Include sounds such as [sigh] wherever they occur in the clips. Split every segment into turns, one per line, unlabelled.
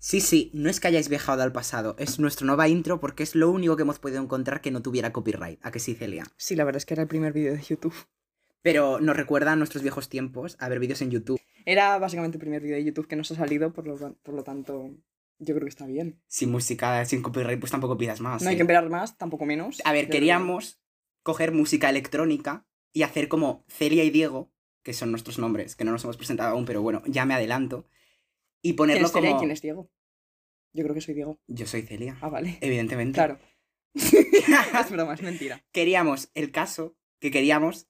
Sí, sí, no es que hayáis viajado al pasado, es nuestra nueva intro porque es lo único que hemos podido encontrar que no tuviera copyright. ¿A que sí, Celia?
Sí, la verdad es que era el primer vídeo de YouTube.
Pero nos recuerda a nuestros viejos tiempos, a ver vídeos en YouTube.
Era básicamente el primer vídeo de YouTube que nos ha salido, por lo, por lo tanto, yo creo que está bien.
Sin música, sin copyright, pues tampoco pidas más.
No hay
¿eh?
que esperar más, tampoco menos.
A ver,
Yo
queríamos coger música electrónica y hacer como Celia y Diego, que son nuestros nombres, que no nos hemos presentado aún, pero bueno, ya me adelanto, y
creo- ¿Quién
ponerlo
es Celia y
como...
quién es Diego? Yo creo que soy Diego.
Yo soy Celia,
Ah, vale.
evidentemente.
[laughs]
[laughs]
Claro. es broma, es mentira.
queríamos, el caso que queríamos,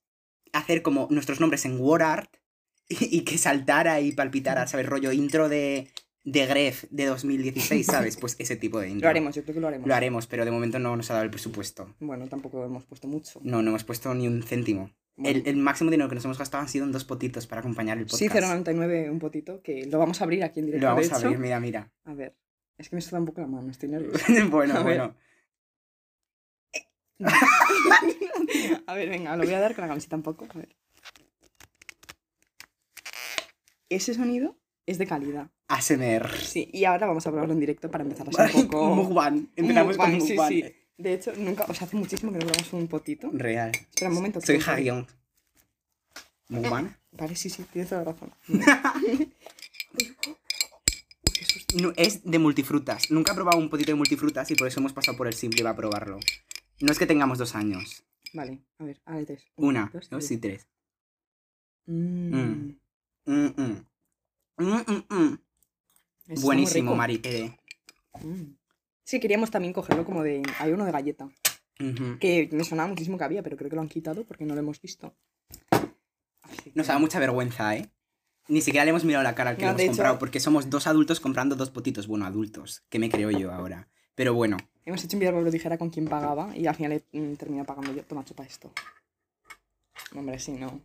hacer como nuestros nombres en WordArt [laughs] y, y que saltara y palpitara, ¿sabes? Rollo intro de, de Gref de 2016, ¿sabes? Pues ese tipo de intro.
Lo haremos, yo creo que lo haremos.
Lo haremos, pero de momento no nos ha dado el presupuesto.
Bueno, tampoco hemos puesto mucho.
No, no hemos puesto ni un céntimo.
Bueno,
El, el máximo dinero que nos hemos gastado han sido en dos potitos para acompañar el podcast.
Sí, 0,99 un potito, que lo vamos a abrir aquí en directo.
Lo vamos
de
a
hecho.
abrir, mira, mira. [laughs]
A ver, es que me suda un poco la mano, estoy nerviosa. [laughs]
bueno,
A ver.
bueno.
a ver, venga, lo voy a dar con la camiseta un poco. A ver. Ese sonido es de calidad.
ASMR.
Sí, y ahora vamos a probarlo en directo para empezar a ser un
[laughs]
poco...
Mukbang. Empezamos con
mukbang, sí,
mukbang.
sí. De hecho, nunca, o sea, hace muchísimo que no probamos un potito.
Real.
Espera un momento. que
Soy
tengo que-
Hagion. Mukbang.
Vale, sí, sí, tienes toda
[laughs]
la razón. Uy, qué susto.
No, es de multifrutas. Nunca he probado un potito de multifrutas y por eso hemos pasado por el simple va a probarlo. No es que tengamos dos años.
Vale, a ver, a ver, tres.
Una,
dos,
dos
tres.
y tres.
Mm,
Mm. Mm, mm. Mm, mm, mm.
eso está muy
Buenísimo,
rico.
Mari. eh.
Mm. Sí, queríamos también cogerlo como de... Hay uno de galleta,
Ujú.
que me sonaba muchísimo que había, pero creo que lo han quitado porque no lo hemos visto. Así
Nos
que-
da mucha vergüenza, ¿eh? Ni siquiera le hemos mirado la cara al que
No,
lo hemos
de hecho-
comprado porque somos dos adultos comprando dos potitos. Bueno, adultos, que me creo yo ahora. Pero bueno,
Hemos hecho un video lo dijera con quién pagaba y al final he mm, terminado pagando yo. Toma, chupa esto. No, Hombre, sí, no.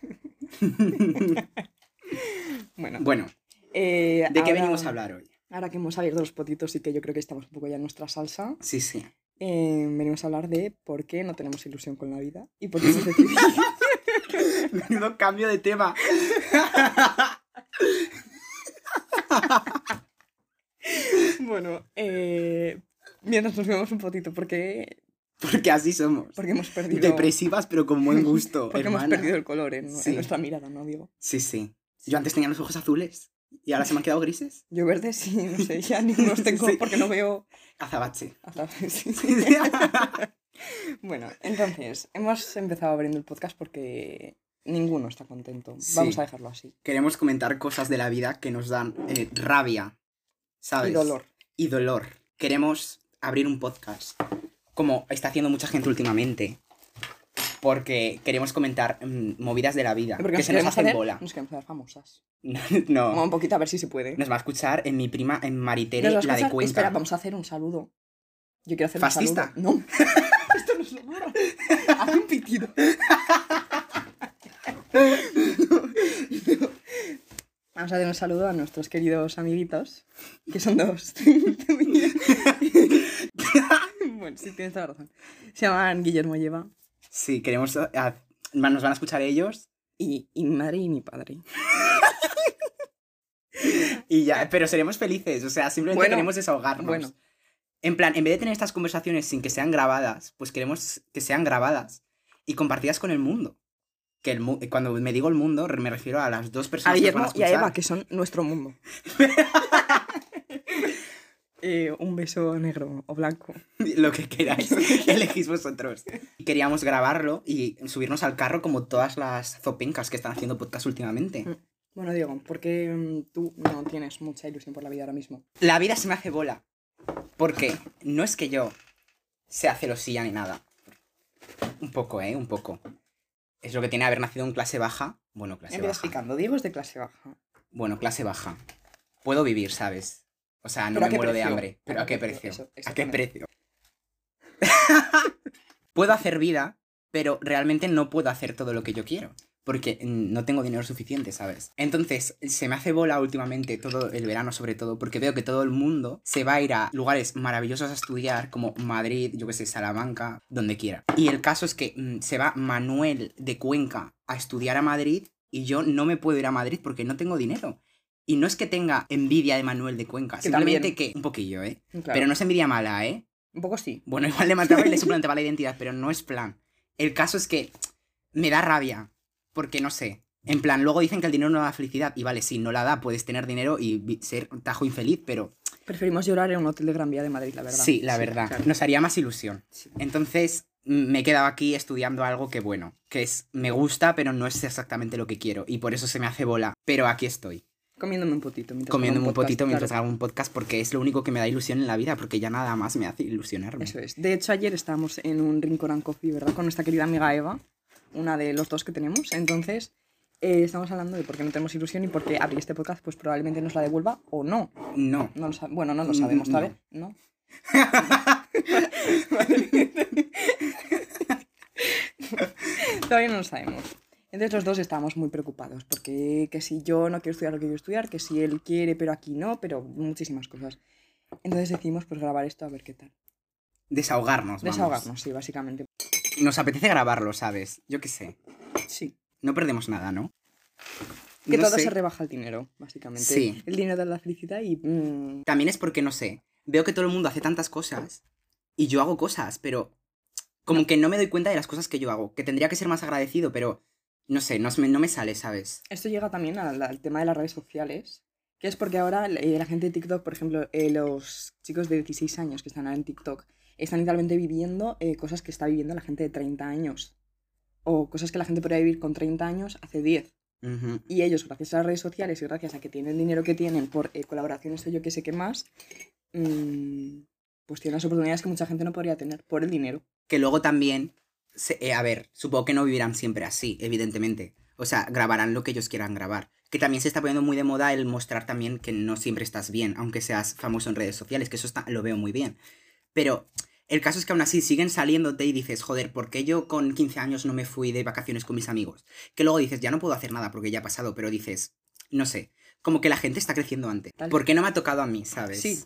[laughs] bueno,
bueno,
eh,
¿de qué
ahora-
venimos a hablar hoy?
Ahora que hemos abierto los potitos y que yo creo que estamos un poco ya en nuestra salsa,
Sí, sí. [laughs]
eh, venimos a hablar de por qué no tenemos ilusión con la vida y por qué
[laughs]
hemos decidido...
Menudo cambio de tema.
bueno, eh, mientras nos vemos un potito, ¿por qué,
Porque así somos.
por qué hemos perdido...
Depresivas, pero con buen gusto,
[laughs] Porque hemos
hermana.
perdido el color en, en
Sí.
nuestra mirada, ¿no, Diego?
Sí, sí. Yo antes tenía los ojos azules y ahora se me han quedado grises.
Yo verde sí, no
[laughs]
sé, ya ni los tengo
Sí.
porque no veo...
Azabache.
[laughs] hasta- sí, sí. [laughs] bueno, entonces, hemos empezado abriendo el podcast porque ninguno está contento.
Sí.
Vamos a dejarlo así.
Queremos comentar cosas de la vida que nos dan eh, rabia, ¿sabes?
Y dolor.
Y dolor. Queremos abrir un podcast, como está haciendo mucha gente últimamente, porque queremos comentar mm, movidas de la vida
Y Porque
que
nos
se nos
queremos
hacen
hacer-
bola. Ah.
Nos queremos hacer famosas.
[laughs]
Vamos
no,
un poquito a ver si se puede.
nos va a escuchar en mi prima, en Maritere,
Nos
la
vas a
de
pasar-
Cuenca.
Espera, vamos a hacer un saludo. Yo quiero hacer
¿Fascista?
un saludo. No. [laughs] Esto no es lo borra. Haz un pitido. [laughs] Vamos a hacer un saludo a nuestros queridos amiguitos, que son dos. [laughs] bueno, sí, tienes toda la razón. Se llaman Guillermo Lleva
Sí, queremos... ah, ah, nos van a escuchar ellos
y, y mi madre y mi padre.
Y ya, pero seremos felices, o sea, simplemente
Bueno,
queremos desahogarnos.
bueno.
En plan, en vez de tener estas conversaciones sin que sean grabadas, pues queremos que sean grabadas y compartidas con el mundo. Que el mu- cuando me digo el mundo, re- me refiero a las dos
A
personas que nos van a
Guillermo y a
escuchar.
Eva, que son nuestro mundo. Eh, un beso negro o blanco.
[laughs] Lo que
[laughs]
queráis, elegís vosotros. Y Queríamos grabarlo y subirnos al carro como todas las zopencas que están haciendo podcast últimamente.
Bueno, Diego, ¿por qué mm, tú no tienes mucha ilusión por la vida ahora mismo?
La vida se me hace bola. Porque no es que yo sea celosilla ni nada. Un poco, ¿eh? Un poco. Es lo que tiene haber nacido en clase baja. Bueno, clase
Empiezas
baja.
picando. Diego es de clase baja.
Bueno, clase baja. Puedo vivir, ¿sabes? O sea, no
¿Pero a
me
qué
muero de
precio?
hambre. Pero ¿a qué precio?
Eso,
¿A qué
exactamente.
precio? [laughs] puedo hacer vida, pero realmente no puedo hacer todo lo que yo quiero. Porque mm, no tengo dinero suficiente, ¿sabes? Entonces, se me hace bola últimamente todo el verano, sobre todo, porque veo que todo el mundo se va a ir a lugares maravillosos a estudiar, como Madrid, yo qué sé, Salamanca, donde quiera. Y el caso es que mm, se va Manuel de Cuenca a estudiar a Madrid y yo no me puedo ir a Madrid porque no tengo dinero. Y no es que tenga envidia de Manuel de Cuenca,
Que
simplemente que
también.
un poquillo, ¿eh?
Claro.
Pero no es envidia mala, ¿eh?
Un poco sí.
Bueno, [laughs] igual le mataba
[laughs]
y le suplantaba la identidad, pero no es plan. El caso es que me da rabia, porque no sé. En plan, luego dicen que el dinero no da felicidad, y vale, si no la da, puedes tener dinero y vi- ser un tajo infeliz, pero
Preferimos llorar en un hotel de Gran Vía de Madrid, la verdad.
sí, la verdad,
claro.
nos haría más ilusión.
Sí.
Entonces mm, me he quedado aquí estudiando algo que bueno, que es me gusta, pero no es exactamente lo que quiero, y por eso se me hace bola. Pero aquí estoy,
Comiéndome un potito. Mientras
comiéndome un
hago podcast,
potito mientras
claro.
hago un podcast, porque es lo único que me da ilusión en la vida, porque ya nada más me hace ilusionarme.
Eso es. De hecho, ayer estábamos en un Rincón and Coffee, ¿verdad? Con nuestra querida amiga Eva, una de los dos que tenemos. Entonces, eh, estamos hablando de por qué no tenemos ilusión y por qué abrir este podcast, pues probablemente nos la devuelva o no.
No.
no lo sa- bueno, no lo sabemos,
Mm,
¿sabes?
[laughs]
No. Todavía no lo sabemos. Entonces los dos estábamos muy preocupados, porque que si yo no quiero estudiar lo que quiero estudiar, que si él quiere, pero aquí no, pero muchísimas cosas. Entonces decidimos pues grabar esto a ver qué tal.
Desahogarnos. vamos.
Desahogarnos, sí, básicamente.
Nos apetece grabarlo, ¿sabes? Yo qué sé.
Sí.
No perdemos nada, ¿no?
Que
No
todo
sé.
se rebaja al dinero, básicamente.
Sí.
El dinero da la felicidad y... mm,
También es porque, no sé, veo que todo el mundo hace tantas cosas y yo hago cosas, pero como que no me doy cuenta de las cosas que yo hago, que tendría que ser más agradecido, pero no sé, no, me- no me sale, ¿sabes?
Esto llega también al, al tema de las redes sociales, que es porque ahora eh, la gente de TikTok, por ejemplo, eh, los chicos de 16 años que están ahora en TikTok, están literalmente viviendo eh, cosas que está viviendo la gente de 30 años. O cosas que la gente podría vivir con 30 años hace 10.
Ujú.
Y ellos, gracias a las redes sociales y gracias a que tienen el dinero que tienen por eh, colaboraciones o yo que sé qué más, mm, pues tienen las oportunidades que mucha gente no podría tener por el dinero.
Que luego también, se- eh, a ver, supongo que no vivirán siempre así, evidentemente. O sea, grabarán lo que ellos quieran grabar. Que también se está poniendo muy de moda el mostrar también que no siempre estás bien, aunque seas famoso en redes sociales, que eso está- lo veo muy bien. Pero el caso es que aún así siguen saliéndote y dices, joder, ¿por qué yo con 15 años no me fui de vacaciones con mis amigos? Que luego dices, ya no puedo hacer nada porque ya ha pasado, pero dices, no sé, como que la gente está creciendo antes.
Tal.
¿Por qué no me ha tocado a mí, sabes?
Sí.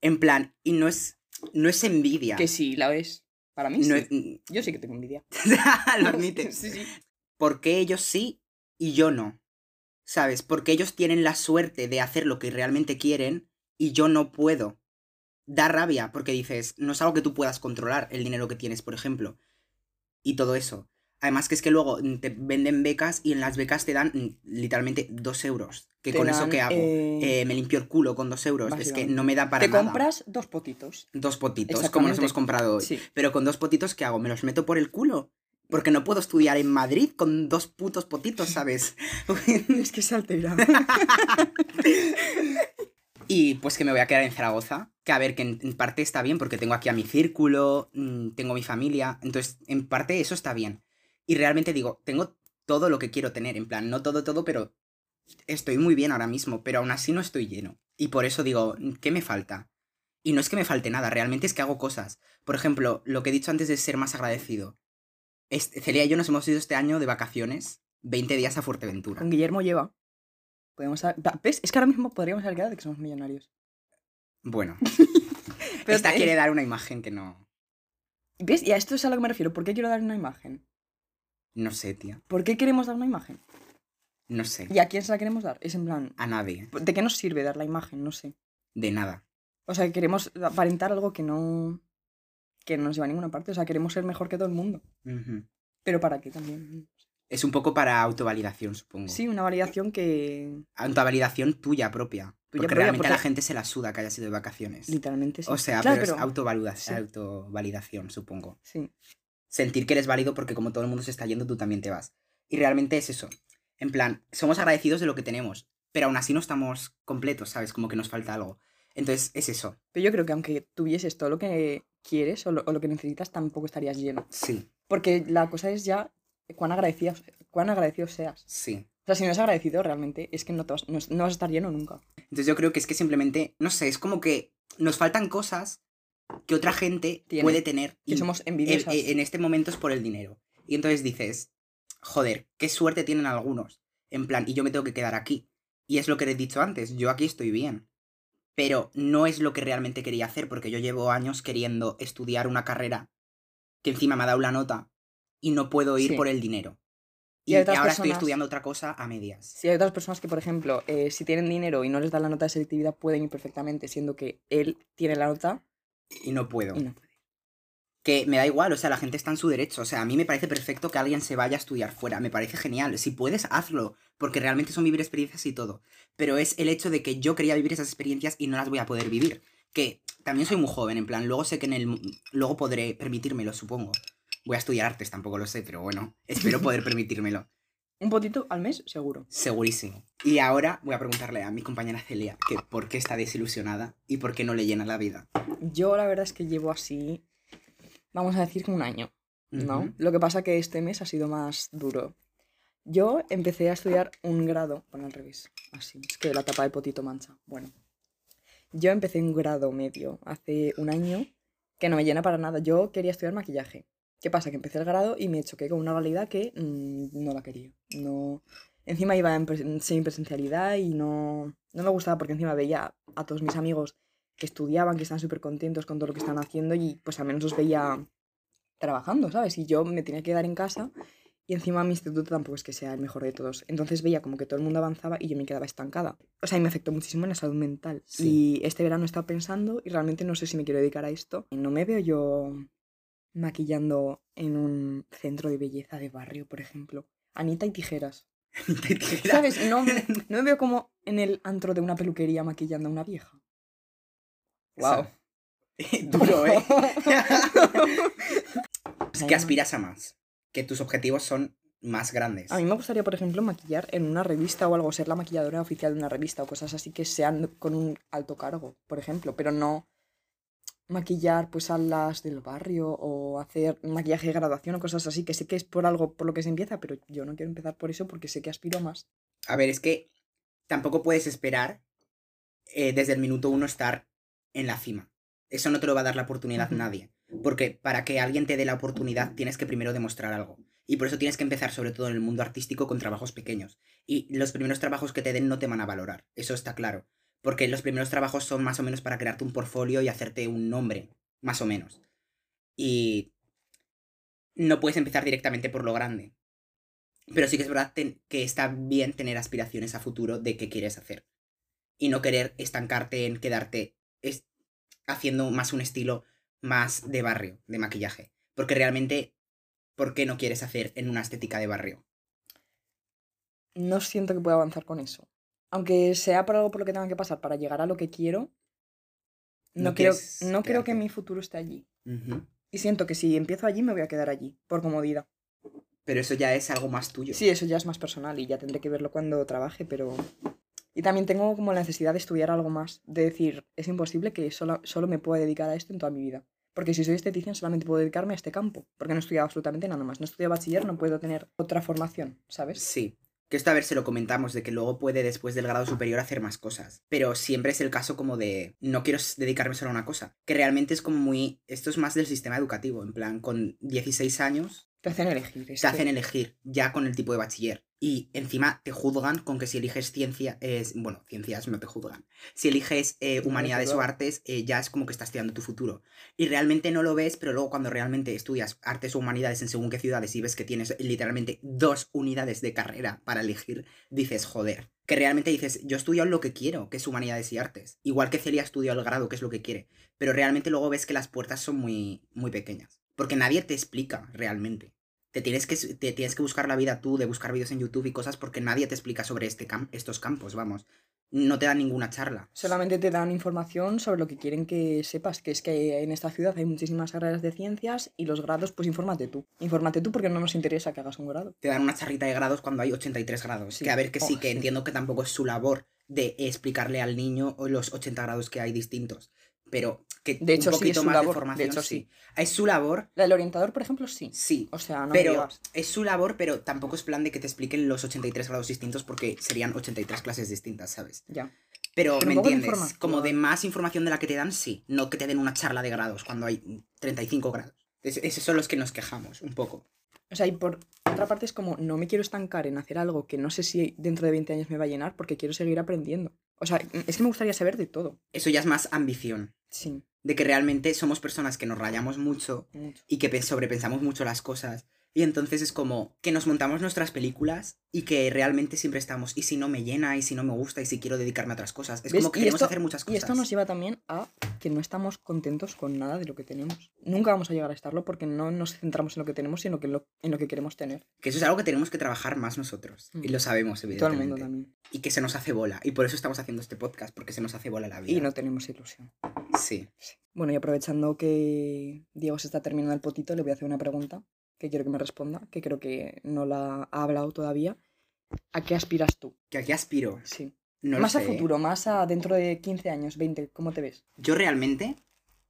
En plan, y no es, no es envidia.
Que sí, la ves. Para mí
no
sí.
es-
Yo sí que tengo envidia.
[laughs] lo admite.
[laughs] Sí, sí.
¿Por qué ellos sí y yo no? ¿Sabes? Porque ellos tienen la suerte de hacer lo que realmente quieren y yo no puedo. Da rabia porque dices, no es algo que tú puedas controlar, el dinero que tienes, por ejemplo. Y todo eso. Además que es que luego mm, te venden becas y en las becas te dan mm, literalmente dos euros. Que
Te
con
dan,
eso que hago.
eh,
Eh, me limpio el culo con dos euros. Es que
básicamente.
no me da para
te
nada.
compras dos potitos.
Dos potitos, como nos
Exactamente.
hemos comprado hoy.
Sí.
Pero con dos potitos, ¿qué hago? ¿Me los meto por el culo? Porque no puedo estudiar en Madrid con dos putos potitos, ¿sabes? [laughs]
Es que se altera.
y pues que me voy a quedar en Zaragoza. Que a ver, que en, en parte está bien porque tengo aquí a mi círculo, mm, tengo mi familia. Entonces, en parte eso está bien. Y realmente digo, tengo todo lo que quiero tener. En plan, no todo, todo, pero estoy muy bien ahora mismo. Pero aún así no estoy lleno. Y por eso digo, ¿qué me falta? Y no es que me falte nada, realmente es que hago cosas. Por ejemplo, lo que he dicho antes de ser más agradecido. Este- Celia y yo nos hemos ido este año de vacaciones 20 días a Fuerteventura.
[laughs] Con Guillermo lleva. Podemos ha- Va, ¿Ves? Es que ahora mismo podríamos haber quedado de que somos millonarios.
Bueno,
[laughs] Pero
esta
te-
quiere dar una imagen que no...
¿Ves? Y a esto es a lo que me refiero. ¿Por qué quiero dar una imagen?
No sé, tía.
¿Por qué queremos dar una imagen?
No sé.
¿Y a quién se la queremos dar? Es en plan,
A nadie.
¿de qué nos sirve dar la imagen? No sé.
De nada.
O sea, que queremos aparentar algo que no que no nos lleva a ninguna parte. O sea, queremos ser mejor que todo el mundo.
Ujú.
Pero ¿para qué también?
Es un poco para autovalidación, supongo.
Sí, una validación que
Autovalidación tuya propia.
Tuya
porque
propia,
realmente a la
porque-
gente se la suda que haya sido de vacaciones.
literalmente sí.
O sea,
Claro,
pero, es
pero-
autovaluda-
sí.
autovalidación, supongo.
Sí,
Sentir que eres válido porque como todo el mundo se está yendo, tú también te vas. Y realmente es eso. En plan, somos agradecidos de lo que tenemos, pero aún así no estamos completos, ¿sabes? Como que nos falta algo. Entonces, es eso.
Pero yo creo que aunque tuvieses todo lo que quieres o lo, o lo que necesitas, tampoco estarías lleno.
Sí,
Porque la cosa es ya cuán, agradecida, cuán agradecido seas.
sí.
O sea, si no es agradecido realmente, es que no, te vas, no, es- no vas a estar lleno nunca.
Entonces yo creo que es que simplemente, no sé, es como que nos faltan cosas que otra gente
Tiene.
puede tener.
Que somos
en,
envidiosas.
en este momento es por el dinero. Y entonces dices, joder, qué suerte tienen algunos. En plan, y yo me tengo que quedar aquí. Y es lo que les he dicho antes, yo aquí estoy bien. Pero no es lo que realmente quería hacer, porque yo llevo años queriendo estudiar una carrera que encima me ha dado la nota y no puedo ir
Sí.
por el dinero. Y,
Y hay
ahora
otras
estoy
personas-
estudiando otra cosa a medias.
Si hay otras personas que, por ejemplo, eh, si tienen dinero y no les dan la nota de selectividad, pueden ir perfectamente, siendo que él tiene la nota
Y no puedo.
y no.
Que me da igual, o sea, la gente está en su derecho. O sea, a mí me parece perfecto que alguien se vaya a estudiar fuera. Me parece genial. Si puedes, hazlo. Porque realmente son vivir experiencias y todo. Pero es el hecho de que yo quería vivir esas experiencias y no las voy a poder vivir. Que también soy muy joven, en plan, luego sé que en el... mu- Luego podré permitírmelo, supongo. Voy a estudiar artes, tampoco lo sé, pero bueno, espero
[laughs]
poder permitírmelo.
Un potito al mes, seguro.
Segurísimo. Y ahora voy a preguntarle a mi compañera Celia que por qué está desilusionada y por qué no le llena la vida.
Yo la verdad es que llevo así, vamos a decir, que un año, ¿no?
Ujú. [laughs]
Lo que pasa que este mes ha sido más duro. Yo empecé a estudiar un grado, bueno, al revés, así, es que la tapa de potito mancha. Bueno, yo empecé un grado medio hace un año que no me llena para nada. Yo quería estudiar maquillaje. ¿Qué pasa? Que empecé el grado y me choqué con una realidad que mm, no la quería. No... Encima iba en presen- sin presencialidad y no, no me gustaba porque encima veía a todos mis amigos que estudiaban, que están súper contentos con todo lo que están haciendo y pues al menos los veía trabajando, ¿sabes? Y yo me tenía que quedar en casa y encima mi instituto tampoco es que sea el mejor de todos. Entonces veía como que todo el mundo avanzaba y yo me quedaba estancada. O sea, y me afectó muchísimo en la salud mental.
Sí.
Y este verano he estado pensando y realmente no sé si me quiero dedicar a esto. Y No me veo yo maquillando en un centro de belleza de barrio, por ejemplo. Anita y tijeras.
Te tira.
¿Sabes? No, me- no me veo como en el antro de una peluquería maquillando a una vieja.
[laughs]
Guau.
Duro,
[laughs]
¿eh? [laughs]
Ay,
que
no.
aspiras a más. Que tus objetivos son más grandes.
A mí me gustaría, por ejemplo, maquillar en una revista o algo, ser la maquilladora oficial de una revista o cosas así que sean con un alto cargo, por ejemplo, pero no maquillar pues a las del barrio o hacer maquillaje de graduación o cosas así, que sé que es por algo por lo que se empieza, pero yo no quiero empezar por eso porque sé que aspiro a más.
A ver, es que tampoco puedes esperar eh, desde el minuto uno estar en la cima. Eso no te lo va a dar la oportunidad
Ujú.
nadie. Porque para que alguien te dé la oportunidad tienes que primero demostrar algo. Y por eso tienes que empezar sobre todo en el mundo artístico con trabajos pequeños. Y los primeros trabajos que te den no te van a valorar. Eso está claro. Porque los primeros trabajos son más o menos para crearte un portfolio y hacerte un nombre. Más o menos. Y no puedes empezar directamente por lo grande. Pero sí que es verdad ten- que está bien tener aspiraciones a futuro de qué quieres hacer. Y no querer estancarte en quedarte es- haciendo más un estilo más de barrio, de maquillaje. Porque realmente, ¿por qué no quieres hacer en una estética de barrio?
No siento que pueda avanzar con eso. Aunque sea por algo por lo que tenga que pasar para llegar a lo que quiero, no,
No
quiero,
quieres
no creo que
quedarte.
mi futuro esté allí. Y siento que si empiezo allí me voy a quedar allí, por comodidad.
Pero eso ya es algo más tuyo.
Sí, eso ya es más personal y ya tendré que verlo cuando trabaje, pero... Y también tengo como la necesidad de estudiar algo más, de decir, es imposible que solo, solo me pueda dedicar a esto en toda mi vida. Porque si soy esteticien solamente puedo dedicarme a este campo, porque no he estudiado absolutamente nada más. No he estudiado bachiller, no puedo tener otra formación, ¿sabes?
Sí. Que esto a ver se lo comentamos, de que luego puede después del grado superior hacer más cosas. Pero siempre es el caso como de no quiero s- dedicarme solo a una cosa. Que realmente es como muy. Esto es más del sistema educativo. En plan, con 16 años
Te hacen elegir. este es
te
que-
hacen elegir ya con el tipo de bachiller. Y encima te juzgan con que si eliges ciencia. Es, bueno, ciencias no te juzgan. Si eliges eh,
te
humanidades o
juzgan.
artes, eh, ya es como que estás tirando tu futuro. Y realmente no lo ves, pero luego cuando realmente estudias artes o humanidades en según qué ciudades y ves que tienes literalmente dos unidades de carrera para elegir, dices, joder. Que realmente dices, yo estudio lo que quiero, que es humanidades y artes. Igual que Celia estudió el grado, que es lo que quiere. Pero realmente luego ves que las puertas son muy, muy pequeñas. Porque nadie te explica realmente. Te tienes, que, te tienes que buscar la vida tú, de buscar vídeos en YouTube y cosas, porque nadie te explica sobre este cam- estos campos, vamos. No te dan ninguna charla.
Solamente te dan información sobre lo que quieren que sepas, que es que en esta ciudad hay muchísimas carreras de ciencias y los grados, pues infórmate tú. Infórmate tú porque no nos interesa que hagas un grado.
te dan una charrita de grados cuando hay 83 grados.
Sí.
Que a ver que sí,
Oh,
que
sí.
entiendo que tampoco es su labor de explicarle al niño los 80 grados que hay distintos. Pero que
De hecho, sí,
un
es
poquito
su
más de
labor, de
formación
hecho,
sí. Es su labor,
El orientador, por ejemplo, sí.
sí.
O sea, no me
pero
digas.
es su labor, pero tampoco es plan de que te expliquen los 83 grados distintos porque serían 83 clases distintas, ¿sabes?
Ya.
Pero, ¿me
Pero un poco de
entiendes?
información.
Como de más información de la que te dan, sí. No que te den una charla de grados cuando hay 35 grados. Es- esos son los que nos quejamos, un poco.
O sea, y por otra parte es como, no me quiero estancar en hacer algo que no sé si dentro de 20 años me va a llenar porque quiero seguir aprendiendo. O sea, es que me gustaría saber de todo.
Eso ya es más ambición.
Sí,
de que realmente somos personas que nos rayamos mucho
mucho.
y que pe- sobrepensamos mucho las cosas Y entonces es como que nos montamos nuestras películas y que realmente siempre estamos, y si no me llena, y si no me gusta, y si quiero dedicarme a otras cosas. Es
¿Ves?
como que
Y
queremos
esto-
hacer muchas cosas.
Y esto nos lleva también a que no estamos contentos con nada de lo que tenemos. Nunca vamos a llegar a estarlo porque no nos centramos en lo que tenemos, sino que en lo, en lo que queremos tener.
Que eso es algo que tenemos que trabajar más nosotros.
Mm.
Y lo sabemos,
Y Todo el
evidentemente.
mundo también.
Y que se nos hace bola. Y por eso estamos haciendo este podcast, porque se nos hace bola la vida.
Y no tenemos ilusión.
Sí.
Bueno, y aprovechando que Diego se está terminando el potito, le voy a hacer una pregunta que quiero que me responda, que creo que no la ha hablado todavía. ¿A qué aspiras tú?
Que aquí aspiro.
Sí.
No lo
más a
sé. ¿eh?
futuro, más a dentro de 15 años, 20, ¿cómo te ves?
Yo realmente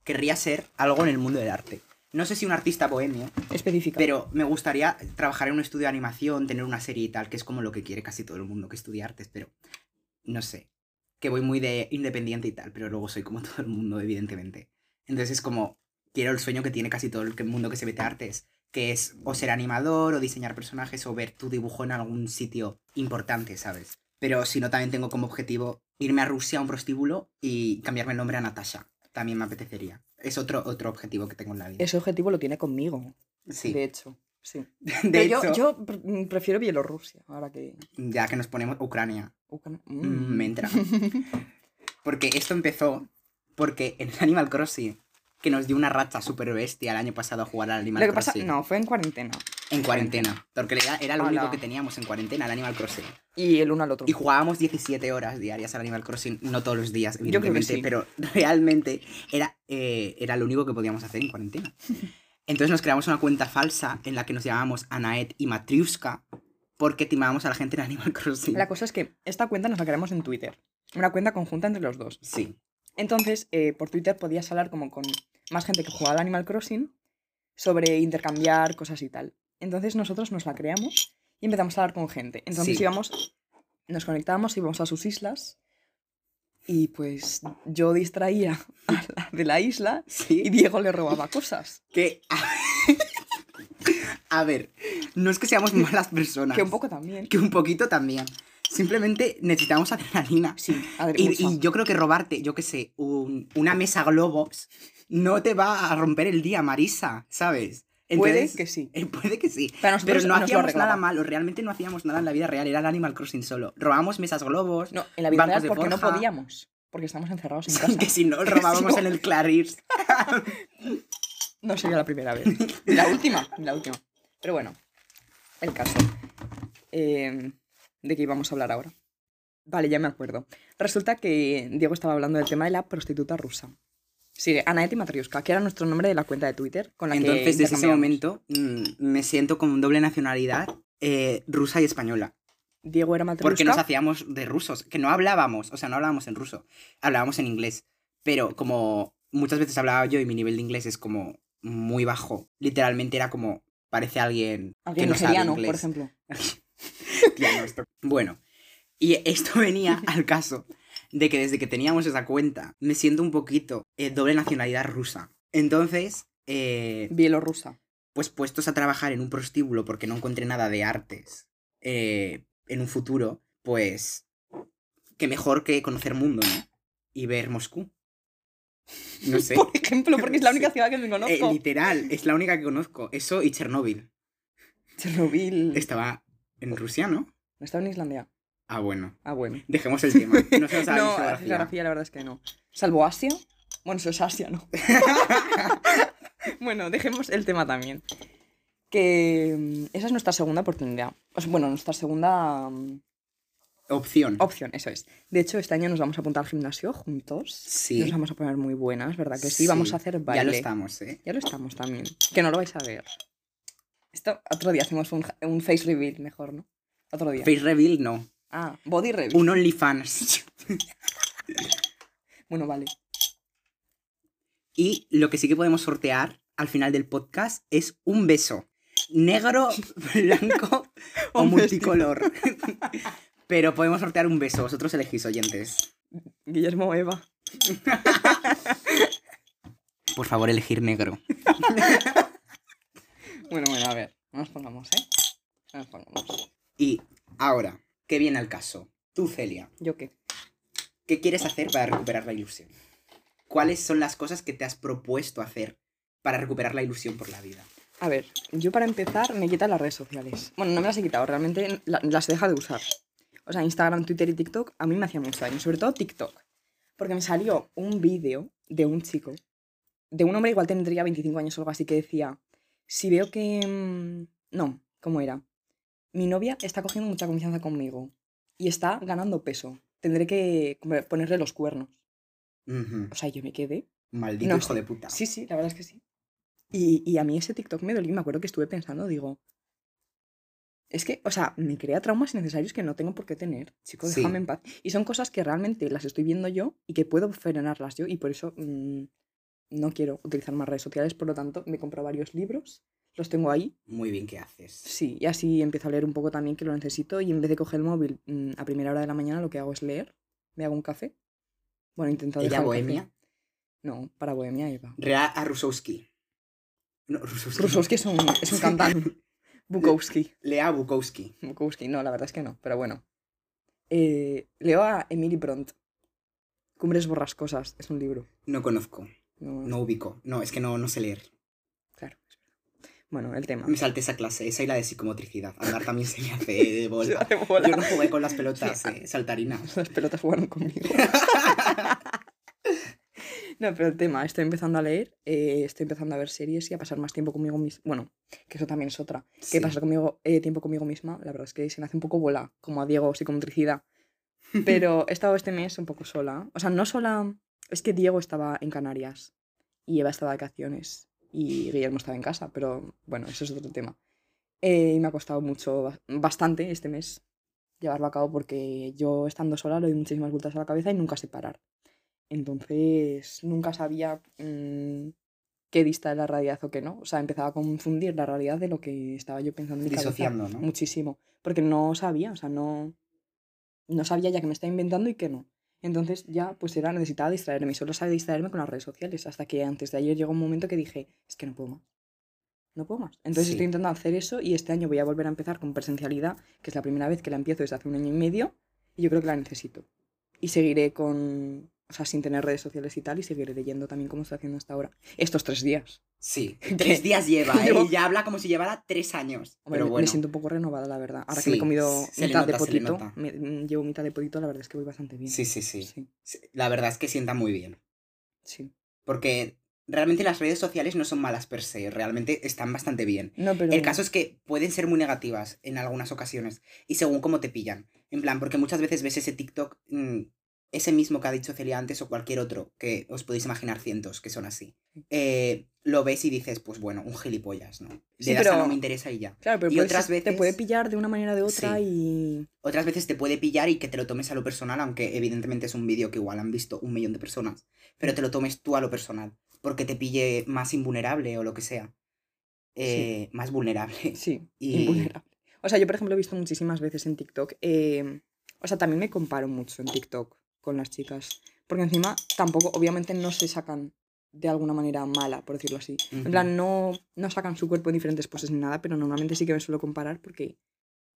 querría ser algo en el mundo del arte. No sé si un artista bohemio,
Específica.
pero me gustaría trabajar en un estudio de animación, tener una serie y tal, que es como lo que quiere casi todo el mundo que estudia artes, pero no sé. Que voy muy de independiente y tal, pero luego soy como [laughs] todo el mundo, evidentemente. Entonces es como, quiero el sueño que tiene casi todo el que- mundo que se mete a artes, que es o ser animador, o diseñar personajes, o ver tu dibujo en algún sitio importante, ¿sabes? Pero si no, también tengo como objetivo irme a Rusia a un prostíbulo y cambiarme el nombre a Natasha. También me apetecería. Es otro, otro objetivo que tengo en la vida.
Ese objetivo lo tiene conmigo,
sí.
de hecho. Sí.
[laughs] De
Pero yo-
hecho-
yo, pre- prefiero Bielorrusia, ahora que...
ya que nos ponemos Ucrania,
Ucran-
mm, me
Mm.
entra.
[laughs]
Porque esto empezó porque en Animal Crossing, que nos dio una racha súper bestia el año pasado a jugar al Animal
Lo que pasa,
Crossing.
no, fue en cuarentena.
En cuarentena. Porque era, era lo
Hola.
único que teníamos en cuarentena, el Animal Crossing.
Y el uno al otro.
Y jugábamos 17 horas diarias al Animal Crossing, no todos los días,
creo que
evidentemente,
sí.
pero [laughs] realmente era, eh, era lo único que podíamos hacer en cuarentena. Entonces nos creamos una cuenta falsa en la que nos llamábamos Anaet y Matriuska porque timábamos a la gente en Animal Crossing.
La cosa es que esta cuenta nos la creamos en Twitter. Una cuenta conjunta entre los dos.
Sí.
Entonces, eh, por Twitter podías hablar como con más gente que jugaba al Animal Crossing sobre intercambiar cosas y tal. Entonces nosotros nos la creamos y empezamos a hablar con gente. Entonces
Sí.
íbamos, nos conectábamos, íbamos a sus islas y pues yo distraía [laughs] a la de la isla
Sí.
y Diego le robaba cosas.
Que. [laughs] A ver, no es que seamos malas personas.
Que un poco también.
Que un poquito también. Simplemente necesitamos adrenalina.
Sí, adre-
Y,
mucha.
y yo creo que robarte, yo qué sé, un- una mesa globos no te va a romper el día, Marisa, ¿sabes?
Puede
Entonces,
que sí.
eh, puede que sí.
Para nosotros
Pero no
nos lo
hacíamos
arreglaba.
nada malo, realmente no hacíamos nada en la vida real, era el Animal Crossing solo. Robábamos mesas globos,
No, en la vida
Bancos
real
de
porque no
forja.
podíamos. Porque estamos encerrados en
[laughs]
casa.
que si no
[laughs] Que
robábamos
si no.
en el Clarice.
No sería la primera vez. Ni [laughs] La última, ni la última. Pero bueno, el caso. Eh, ¿De qué íbamos a hablar ahora? Vale, ya me acuerdo. Resulta que Diego estaba hablando del tema de la prostituta rusa. Sigue, Anaeti Matriuska, que era nuestro nombre de la cuenta de Twitter con la que
Entonces, desde ese
intercambiamos.
momento, mm, me siento con doble nacionalidad eh, rusa y española.
Diego era Matriuska.
Porque nos hacíamos de rusos, que no hablábamos, o sea, no hablábamos en ruso, hablábamos en inglés. Pero como muchas veces hablaba yo y mi nivel de inglés es como muy bajo, literalmente era como, parece alguien,
Alguien
que no sabe
nigeriano,
inglés. [laughs]
por ejemplo.
Tía, no, esto- Bueno, y esto [laughs]
[laughs]
venía al caso de que desde que teníamos esa cuenta, me siento un poquito eh, doble nacionalidad rusa. Entonces, eh,
Bielorrusa.
pues puestos a trabajar en un prostíbulo porque no encontré nada de artes eh, en un futuro, pues qué mejor que conocer mundo, ¿no? Y ver Moscú. No
[laughs]
sé.
Por ejemplo, porque es la única
Sí.
ciudad que me Pues, conozco.
Eh, literal, es la única que conozco. Eso y Chernóbil.
Chernobyl.
Estaba en Rusia, ¿no?
No estaba en Islandia.
Ah, bueno.
Ah, bueno.
Dejemos el
[laughs]
tema. No se nos sabe
no,
geografía.
geografía la verdad es que no. Salvo Asia. Bueno, eso es
[laughs]
Asia, ¿no? bueno, dejemos el tema también. Que mm, esa es nuestra segunda oportunidad. O sea, bueno, nuestra segunda mm,
Opción.
opción, eso es. De hecho, este año nos vamos a apuntar al gimnasio juntos.
Sí.
Nos vamos a poner muy buenas, ¿verdad? Que sí, vamos a hacer baile.
Ya lo estamos, ¿eh?
Ya lo estamos también. Que no lo vais a ver. Esto, otro día hacemos un, un face reveal mejor, ¿no? Otro día.
Face Reveal no.
Ah, body reveal.
Un
[laughs]
OnlyFans.
Bueno, vale.
Y lo que sí que podemos sortear al final del podcast es un beso.
[laughs]
Negro, blanco o
Un
multicolor. [laughs] Pero podemos sortear un beso. Vosotros elegís, oyentes.
Guillermo Eva.
Por favor, elegir negro.
Bueno, bueno, a ver, no nos pongamos, ¿eh? No nos pongamos.
Y ahora, que viene al caso. Tú, Celia,
¿Yo qué?
¿qué quieres hacer para recuperar la ilusión? ¿Cuáles son las cosas que te has propuesto hacer para recuperar la ilusión por la vida?
A ver, yo para empezar me quitan las redes sociales. Bueno, no me las he quitado, realmente la- las he dejado de usar. O sea, Instagram, Twitter y TikTok a mí me hacía mucho daño, sobre todo TikTok. Porque me salió un vídeo de un chico, de un hombre igual tendría 25 años o algo así, que decía, si veo que... mm, No, ¿cómo era? Mi novia está cogiendo mucha confianza conmigo y está ganando peso. Tendré que como ponerle los cuernos.
Ujú.
O sea, yo me quedé
Maldito
No
hijo
sé.
de puta.
Sí, sí, la verdad es que sí. Y, y a mí ese TikTok me dolió y me acuerdo que estuve pensando, digo. Es que, o sea, me crea traumas innecesarios que no tengo por qué tener. Chico,
Sí.
déjame en paz. Y son cosas que realmente las estoy viendo yo y que puedo frenarlas yo y por eso mm, no quiero utilizar más redes sociales. Por lo tanto, me compro varios libros, los tengo ahí.
Muy bien que haces.
Sí, y así empiezo a leer un poco también que lo necesito y en vez de coger el móvil mm, a primera hora de la mañana lo que hago es leer. Me hago un café. Bueno, intento
Ella
dejar el café.
bohemia.
No, para bohemia iba.
Real a Rusowski. No, Rusowski.
Rusowski es un, es un
Sí.
cantante. Bukowski.
Lea Bukowski.
Bukowski, no, la verdad es que no, pero bueno. Eh, leo a Emily Bront. Cumbres borrascosas, es un libro.
No conozco.
No,
No ubico. No, es que no, no sé leer.
Claro. es verdad. Bueno, el tema. [laughs]
Me salté esa clase, esa y la de psicomotricidad. Andar también se me hace de
Se
bola.
hace bola.
Yo no jugué con las pelotas, eh, saltarina.
[laughs] Las pelotas
[laughs]
jugaron conmigo. No, pero el tema, estoy empezando a leer, eh, estoy empezando a ver series y a pasar más tiempo conmigo misma. Bueno, que eso también es otra.
Sí.
Que pasar conmigo, eh, tiempo conmigo misma, la verdad es que se me hace un poco bola, como a Diego, psicomotricidad. Pero he estado este mes un poco sola. O sea, no sola. Es que Diego estaba en Canarias y Eva estaba de vacaciones y Guillermo estaba en casa, pero bueno, eso es otro tema. Eh, y me ha costado mucho, bas- bastante este mes llevarlo a cabo porque yo estando sola le doy muchísimas vueltas a la cabeza y nunca sé parar. Entonces, nunca sabía mm, qué dista de la realidad o qué no. O sea, empezaba a confundir la realidad de lo que estaba yo pensando en mi cabeza
Disociando, ¿no?
muchísimo. Porque no sabía, o sea, no, no sabía ya que me estaba inventando y que no. Entonces ya pues era necesitaba distraerme. y Solo sabía distraerme con las redes sociales. Hasta que antes de ayer llegó un momento que dije, es que no puedo más. No puedo más. Entonces
Sí.
estoy intentando hacer eso y este año voy a volver a empezar con presencialidad, que es la primera vez que la empiezo desde hace un año y medio. Y yo creo que la necesito. Y seguiré con, o sea, sin tener redes sociales y tal, y seguiré leyendo también como estoy haciendo hasta ahora. Estos tres días.
Sí. Tres días
[laughs]
lleva, ¿eh?
Yo-
Y ya habla como si llevara tres años.
Hombre,
pero
me-
bueno.
me siento un poco renovada, la verdad. Ahora que me he
Sí,
comido
se le
mitad de
nota, se le
potito,
nota.
me- mm, llevo mitad de potito, la verdad es que voy bastante bien.
Sí, sí, sí,
Sí,
Sí, La verdad es que sienta muy bien.
sí.
Porque realmente las redes sociales no son malas per se, realmente están bastante bien.
No, pero...
El caso es que pueden ser muy negativas en algunas ocasiones y según cómo te pillan. En plan, porque muchas veces ves ese TikTok, mm, ese mismo que ha dicho Celia antes o cualquier otro, que os podéis imaginar cientos que son así.
Mm.
Eh, lo ves y dices, pues bueno, un gilipollas, ¿no? Le
Sí,
das a
pero-
no me interesa y ya.
Claro, pero
y
puede
otras
ser- te
veces-
puede pillar de una manera o de otra
Sí.
y...
Otras veces te puede pillar y que te lo tomes a lo personal, aunque evidentemente es un vídeo que igual han visto un millón de personas, pero te lo tomes tú a lo personal, porque te pille más invulnerable o lo que sea. Eh, Más vulnerable. [laughs]
Sí,
Y-
invulnerable. O sea, yo, por ejemplo, he visto muchísimas veces en TikTok. eh, o sea, también me comparo mucho en TikTok con las chicas. Porque encima tampoco, obviamente, no se sacan de alguna manera mala, por decirlo así.
Ujú.
En plan, no, no sacan su cuerpo en diferentes poses ni nada, pero normalmente sí que me suelo comparar porque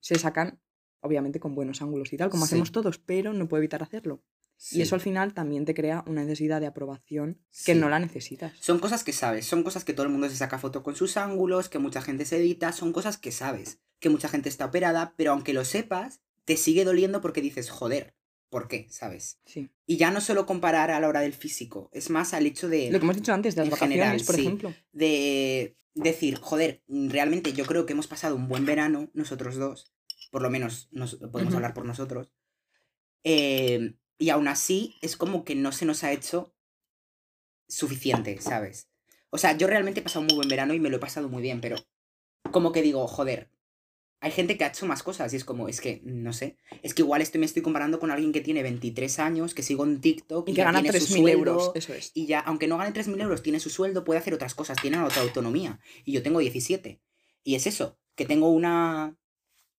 se sacan, obviamente, con buenos ángulos y tal, como
Sí.
hacemos todos, pero no puedo evitar hacerlo.
Sí.
Y eso al final también te crea una necesidad de aprobación
Sí.
que no la necesitas.
Son cosas que sabes, son cosas que todo el mundo se saca foto con sus ángulos, que mucha gente se edita, son cosas que sabes, que mucha gente está operada, pero aunque lo sepas, te sigue doliendo porque dices, joder, ¿por qué? ¿Sabes?
Sí.
Y ya no solo comparar a la hora del físico, es más al hecho de...
Lo que hemos dicho antes, de las
Eh, en
vacaciones,
general,
por
sí.
ejemplo.
de decir, joder, mm, realmente yo creo que hemos pasado un buen verano, nosotros dos, por lo menos nos, podemos
Ujú.
hablar por nosotros, eh, y aún así es como que no se nos ha hecho suficiente, ¿sabes? O sea, yo realmente he pasado un muy buen verano y me lo he pasado muy bien, pero como que digo, joder, hay gente que ha hecho más cosas y es como, es que, no sé, es que igual estoy, me estoy comparando con alguien que tiene 23 años, que sigo en TikTok
Y que
ya
gana
tiene su
3.000 euros,
sueldo,
eso es.
y ya, aunque no gane 3.000 euros, tiene su sueldo, puede hacer otras cosas, tiene otra autonomía. Y yo tengo 17. Y es eso, que tengo una,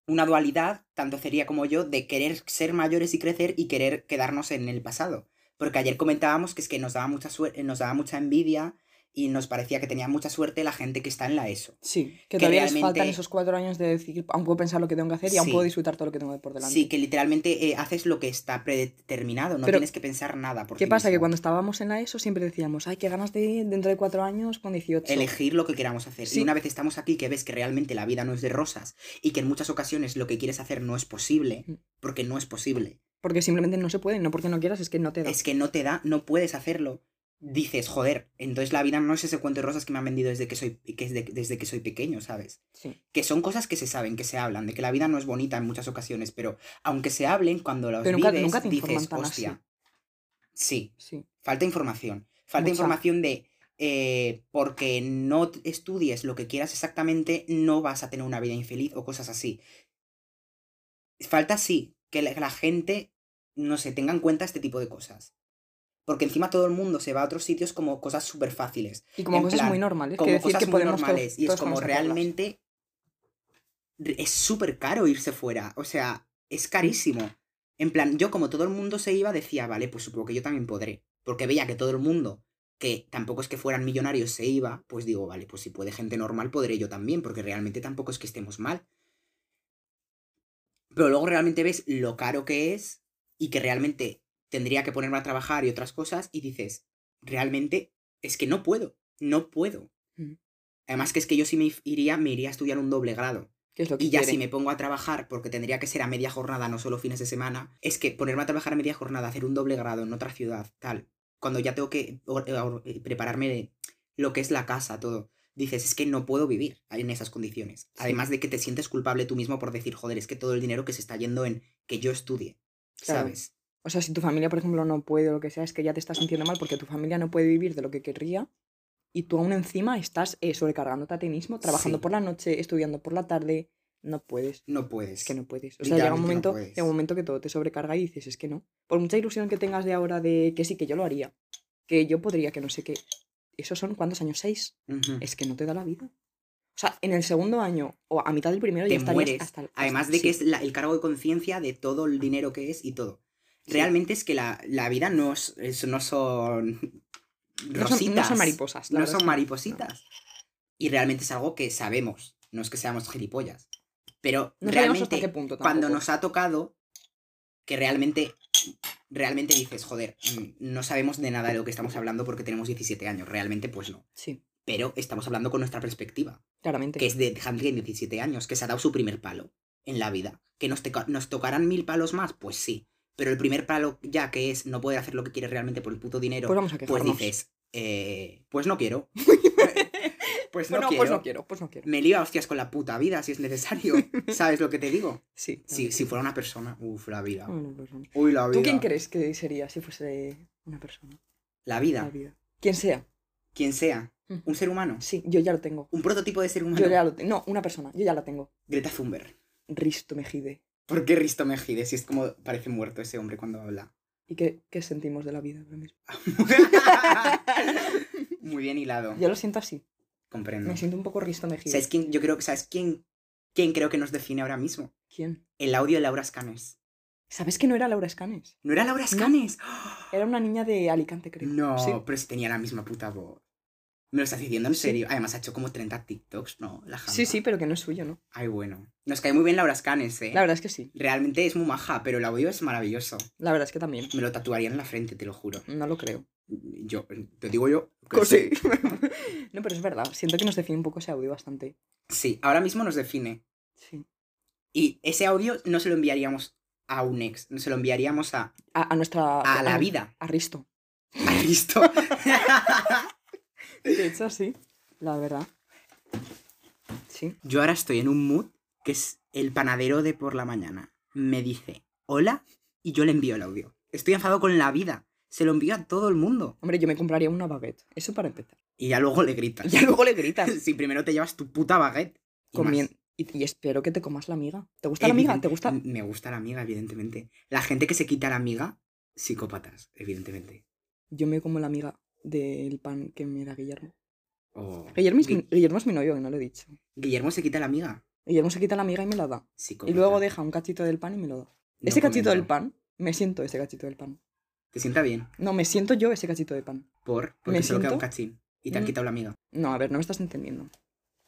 una dualidad, tanto sería como yo, de querer ser mayores y crecer y querer quedarnos en el pasado. Porque ayer comentábamos que es que nos daba mucha, sue- eh, nos daba mucha envidia y nos parecía que tenía mucha suerte la gente que está en la ESO.
Sí, que,
Que
todavía les
realmente-
faltan esos cuatro años de decir, aún puedo pensar lo que tengo que hacer y aún
Sí.
puedo disfrutar todo lo que tengo por delante.
Sí, que literalmente eh, haces lo que está predeterminado, no
Pero,
tienes que pensar nada. Por
¿Qué
ti
pasa? Que
mismo.
cuando estábamos en la ESO siempre decíamos, ay, qué ganas de dentro de cuatro años con 18.
elegir lo que queramos hacer.
Sí.
Y una vez estamos aquí que ves que realmente la vida no es de rosas y que en muchas ocasiones lo que quieres hacer no es posible,
Mm.
porque no es posible.
Porque simplemente no se puede, no porque no quieras, es que no te da.
Es que no te da, no puedes hacerlo. Dices, joder, entonces la vida no es ese cuento de rosas que me han vendido desde que soy, que es de- desde que soy pequeño, ¿sabes?
Sí.
Que son cosas que se saben, que se hablan, de que la vida no es bonita en muchas ocasiones, pero aunque se hablen, cuando las
Pero nunca-
vives,
nunca te informan
dices,
tan así.
hostia. Sí,
Sí.
Falta información. Falta
Mucha.
información de eh, porque no t- estudies lo que quieras exactamente, no vas a tener una vida infeliz o cosas así. Falta sí, que la, que la gente, no sé, tenga en cuenta este tipo de cosas. Porque encima todo el mundo se va a otros sitios como cosas súper fáciles,
Y como
En
cosas
plan,
muy normales.
como
que decir
cosas
que
muy
podemos todos-
normales. y es
todos
como
podemos hacerlas.
realmente re- es súper caro irse fuera. O sea, es carísimo. En plan, yo como todo el mundo se iba, decía, vale, pues supongo que yo también podré. Porque veía que todo el mundo, que tampoco es que fueran millonarios, se iba, pues digo, vale, pues si puede gente normal, podré yo también, porque realmente tampoco es que estemos mal. Pero luego realmente ves lo caro que es y que realmente tendría que ponerme a trabajar y otras cosas y dices, realmente es que no puedo, no puedo.
Mm.
Además que es que yo si me iría, me iría a estudiar un doble grado.
Que es lo que
Y ya si
quieren.
me pongo a trabajar, porque tendría que ser a media jornada, no solo fines de semana, es que ponerme a trabajar a media jornada, hacer un doble grado en otra ciudad, tal, cuando ya tengo que or- or- eh, prepararme de lo que es la casa, todo, dices, es que no puedo vivir en esas condiciones. Además de que te sientes culpable tú mismo por decir, joder, es que todo el dinero que se está yendo en que yo estudie,
Claro.
¿sabes?
O sea, si tu familia, por ejemplo, no puede o lo que sea, es que ya te estás sintiendo mal porque tu familia no puede vivir de lo que querría y tú aún encima estás eh, sobrecargándote a ti mismo, trabajando
Sí.
por la noche, estudiando por la tarde. No puedes.
No puedes.
Es que no puedes. O sea, llega un
Literalmente no
momento,
puedes.
llega un momento que todo te sobrecarga y dices, es que no. Por mucha ilusión que tengas de ahora de que sí, que yo lo haría, que yo podría, que no sé qué. ¿Esos son cuántos años? ¿Seis?
Ujú.
Es que no te da la vida. O sea, en el segundo año o a mitad del primero
Te
ya estarías
mueres.
hasta el- hasta-
Además de
sí.
que es la- el cargo de conciencia de todo el dinero que es y todo.
Sí.
Realmente es que la, la vida no, es- es- no son
No son-
rositas.
No son mariposas.
no
la verdad es
son
que
maripositas. Y realmente es algo que sabemos. No es que seamos gilipollas. Pero
No sabemos hasta
realmente,
qué punto
cuando
tampoco.
nos ha tocado, que realmente, realmente dices, joder, mm, no sabemos de nada de lo que estamos hablando porque tenemos 17 años. Realmente, pues no.
Sí,
Pero estamos hablando con nuestra perspectiva
claramente.
que es de Henry en 17 años, que se ha dado su primer palo en la vida. ¿Que nos, teca- nos tocarán mil palos más? Pues sí. Pero el primer palo, ya que es no poder hacer lo que quieres realmente por el puto dinero,
Pues vamos a
pues
quejarnos.
dices, eh, pues no
[laughs]
quiero. pues no
Bueno,
quiero.
pues no quiero, pues no quiero.
Me lío a hostias con la puta vida si es
[laughs]
necesario. ¿Sabes lo que te digo?
Sí.
Si,
claro.
si fuera una persona, uff, la vida.
Bueno, pues no.
Uy, la vida.
¿Tú quién crees que sería si fuese una persona?
La
La
vida.
vida. Quien sea.
Quien sea.
Mm.
Un Ah, ser humano.
Sí, yo ya lo tengo.
Un prototipo de ser
Yo
humano.
ya lo tengo. No, una persona. Yo ya la tengo.
Greta Thunberg.
Risto Mejide.
¿Por qué Risto Mejide? Si es como parece muerto ese hombre cuando habla.
¿Y qué, qué sentimos de la vida ahora mismo?
[laughs] Muy bien hilado.
Yo lo siento así.
Comprendo.
Me siento un poco Risto Mejide.
¿Sabes quién? Yo creo que sabes quién, quién creo que nos define ahora mismo.
¿Quién?
El audio de Laura Scanes.
¿Sabes que no era Laura Escanes?
¿No era Laura Scanes? ¡Oh!
Era una niña de Alicante, creo.
No,
Sí.
pero si tenía la misma puta voz. ¿Me lo estás diciendo en
Sí.
serio? Además ha hecho como 30 TikToks, ¿no? La jamba.
Sí, sí, pero que no es suyo, ¿no?
Ay, bueno. Nos cae muy bien Laura Scanes, ¿eh?
La verdad es que sí.
Realmente es muy maja, pero el audio es maravilloso.
La verdad es que también.
Me lo tatuaría en la frente, te lo juro.
No lo creo.
Yo, te digo yo. que
Sí. [laughs] no, pero es verdad. Siento que nos define un poco ese audio bastante.
Sí, ahora mismo nos define.
Sí.
Y ese audio no se lo enviaríamos a un ex, no se lo enviaríamos a,
A, a nuestra.
a la vida,
A Risto.
a Cristo. [laughs]
De hecho, sí. La verdad. Sí.
Yo ahora estoy en un mood que es el panadero de por la mañana. Me dice, hola, y yo le envío el audio. Estoy enfadado con la vida. Se lo envío a todo el mundo.
Hombre, yo me compraría una baguette. Eso para empezar.
Y ya luego le gritas. [laughs]
Ya luego le gritas.
Si primero te llevas tu puta baguette. y más.
Comien- Y, y espero que te comas la amiga. ¿Te gusta la amiga?
Evidente-
¿Te
Mm.
gusta?
m- Me gusta la amiga, evidentemente. La gente que se quita la amiga, psicópatas, evidentemente.
Yo me como la amiga del pan que me da Guillermo.
O-
Guillermo es, mi,
Gui-
Guillermo es mi novio, que no lo he dicho.
Guillermo se quita la amiga.
Guillermo se quita la amiga y me la da.
Psicópata.
Y luego deja un cachito del pan y me lo da.
No
ese cachito del
comento.
pan, me siento ese cachito del pan.
Te sienta bien.
No, me siento yo ese cachito de pan.
Por.
Me
Porque solo queda un
siento-
cachín. y te han
Mm.
quitado la amiga.
No, a ver, no me estás entendiendo.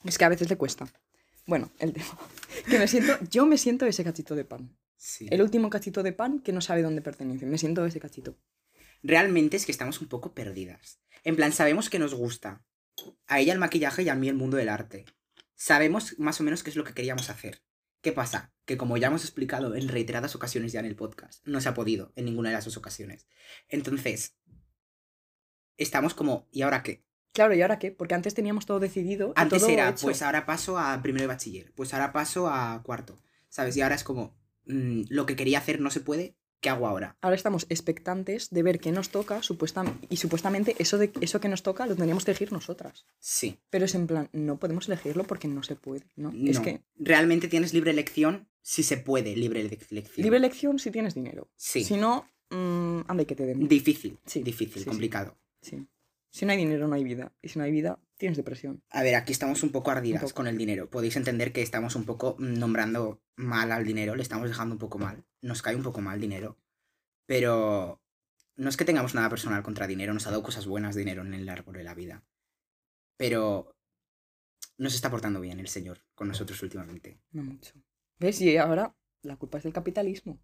Es que a veces le cuesta. Bueno, el tema. [laughs] Que me siento, yo me siento ese cachito de pan.
Sí.
El último cachito de pan que no sabe dónde pertenece. Me siento ese cachito.
Realmente es que estamos un poco perdidas. En plan, sabemos que nos gusta. A ella el maquillaje y a mí el mundo del arte. Sabemos más o menos qué es lo que queríamos hacer. ¿Qué pasa? Que como ya hemos explicado en reiteradas ocasiones ya en el podcast, no se ha podido en ninguna de las dos ocasiones. Entonces, estamos como, ¿y ahora qué?
Claro, ¿y ahora qué? Porque antes teníamos todo decidido. y
Antes
todo
era,
hecho.
pues ahora paso a primero de bachiller, pues ahora paso a cuarto, ¿sabes? Y ahora es como, mm, lo que quería hacer no se puede, ¿qué hago ahora?
Ahora estamos expectantes de ver qué nos toca supuestam- y supuestamente eso, de, eso que nos toca lo tendríamos que elegir nosotras.
Sí.
Pero es en plan, no podemos elegirlo porque no se puede, ¿no? Es
No.
que
Realmente tienes libre elección si se puede, libre ele- elección.
libre elección si tienes dinero.
Sí.
Si no, mm, anda y que te den.
Difícil,
Sí,
difícil,
sí, sí.
complicado.
Sí. Si no hay dinero, no hay vida. Y si no hay vida, tienes depresión.
A ver, aquí estamos un poco ardidas
Un poco.
con el dinero. Podéis entender que estamos un poco mm, nombrando mal al dinero, le estamos dejando un poco mal. Nos cae un poco mal dinero. Pero no es que tengamos nada personal contra dinero, nos ha dado cosas buenas dinero en el árbol de la vida. Pero nos está portando bien el señor con nosotros últimamente.
No mucho. ¿Ves? Y ahora la culpa es del capitalismo.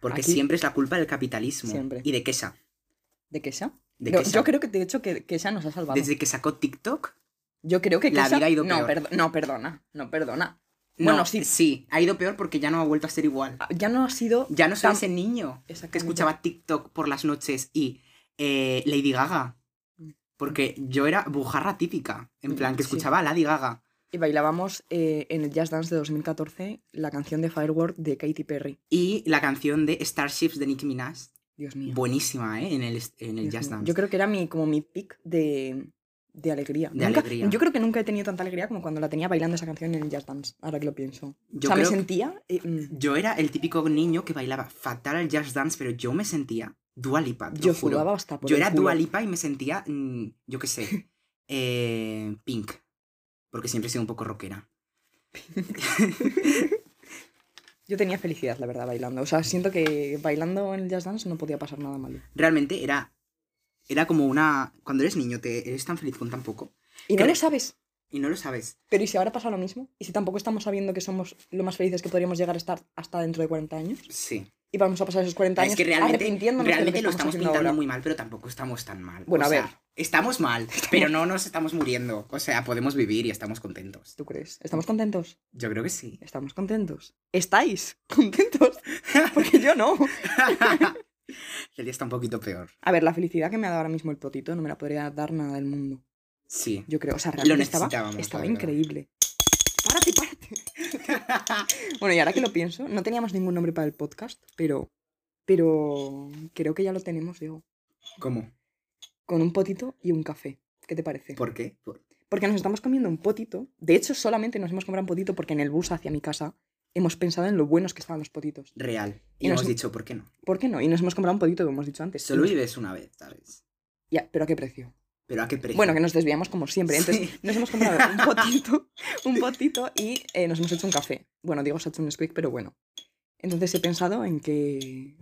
Porque
Aquí-
siempre es la culpa del capitalismo.
Siempre.
¿Y de Kesha?
¿De Kesha?
De
yo,
Kesha.
yo creo que, de hecho, que Kesha nos ha salvado.
Desde que sacó TikTok.
Yo creo que
La
Kesha...
vida ha ido
no,
peor.
perdo- no, perdona. No, perdona.
No,
Bueno, sí.
Sí, ha ido peor porque ya no ha vuelto a ser igual.
Ah, Ya no ha sido...
Ya no soy
Tam-
ese niño. que
Exactamente.
escuchaba TikTok por las noches y eh, Lady Gaga. Porque yo era bujarra típica, en plan que
Mm. Sí.
escuchaba a Lady Gaga.
Y bailábamos eh, en el Jazz Dance de 2014 la canción de Firework de Katy Perry.
Y la canción de Starships de Nicki Minaj,
Dios mío.
buenísima, ¿eh? En el, en el
Dios
Jazz
mío.
Dance.
Yo creo que era mi, como mi pic de, de alegría.
De
Nunca-
alegría.
Yo creo que nunca he tenido tanta alegría como cuando la tenía bailando esa canción en el Jazz Dance, ahora que lo pienso.
Yo
o sea, me
creo que-
sentía... eh, mm,
Yo era el típico niño que bailaba fatal al Jazz Dance, pero yo me sentía dualipa.
yo sudaba hasta por
Yo
el
era
culo.
dualipa y me sentía, mm, yo qué
[laughs]
sé, eh, pink. Porque siempre he sido un poco rockera.
Yo tenía felicidad, la verdad, bailando. O sea, siento que bailando en el jazz dance no podía pasar nada malo.
Realmente era, era como una... Cuando eres niño te eres tan feliz con tan poco.
Y no
Creo-
lo sabes.
Y no lo sabes.
Pero ¿y si ahora pasa lo mismo? ¿Y si tampoco estamos sabiendo que somos lo más felices que podríamos llegar a estar hasta dentro de 40 años?
Sí.
Y vamos a pasar esos 40 años
es que realmente,
arrepintiéndonos de
realmente
que
lo estamos
haciendo
pintando
ahora.
muy mal, pero tampoco estamos tan mal.
Bueno,
O
a
sea,
ver.
estamos
[laughs]
mal, pero no nos estamos muriendo. O sea, podemos vivir y estamos contentos.
¿Tú crees? ¿Estamos contentos?
Yo creo que sí. [laughs]
Estamos contentos. ¿Estáis [laughs] contentos? Porque yo no.
El día está un poquito peor.
A ver, la felicidad que me ha dado ahora mismo el potito no me la podría dar nada del mundo.
Sí. [laughs]
Yo creo, o sea, realmente estaba,
necesitábamos, la
estaba
verdad.
increíble. Párate, párate. Bueno, y ahora que lo pienso, no teníamos ningún nombre para el podcast, pero, pero creo que ya lo tenemos, Diego.
¿Cómo?
Con un potito y un café. ¿Qué te parece?
¿Por qué? Por-
Porque nos estamos comiendo un potito. De hecho, solamente nos hemos comprado un potito porque en el bus hacia mi casa hemos pensado en lo buenos que estaban los potitos.
Real.
Y
Y
nos- pues
hemos dicho, ¿por qué no?
¿Por qué no? Y nos hemos comprado un potito, como hemos dicho antes.
Solo
Y-
vives una vez, ¿sabes?
Ya, pero ¿a qué precio?
Pero ¿a qué precio?
Bueno, que nos desviamos como siempre. Entonces,
Sí.
nos hemos comprado un
[laughs]
potito, un potito y eh, nos hemos hecho un café. Bueno, digo, se ha hecho un squeak, pero bueno. Entonces he pensado en que.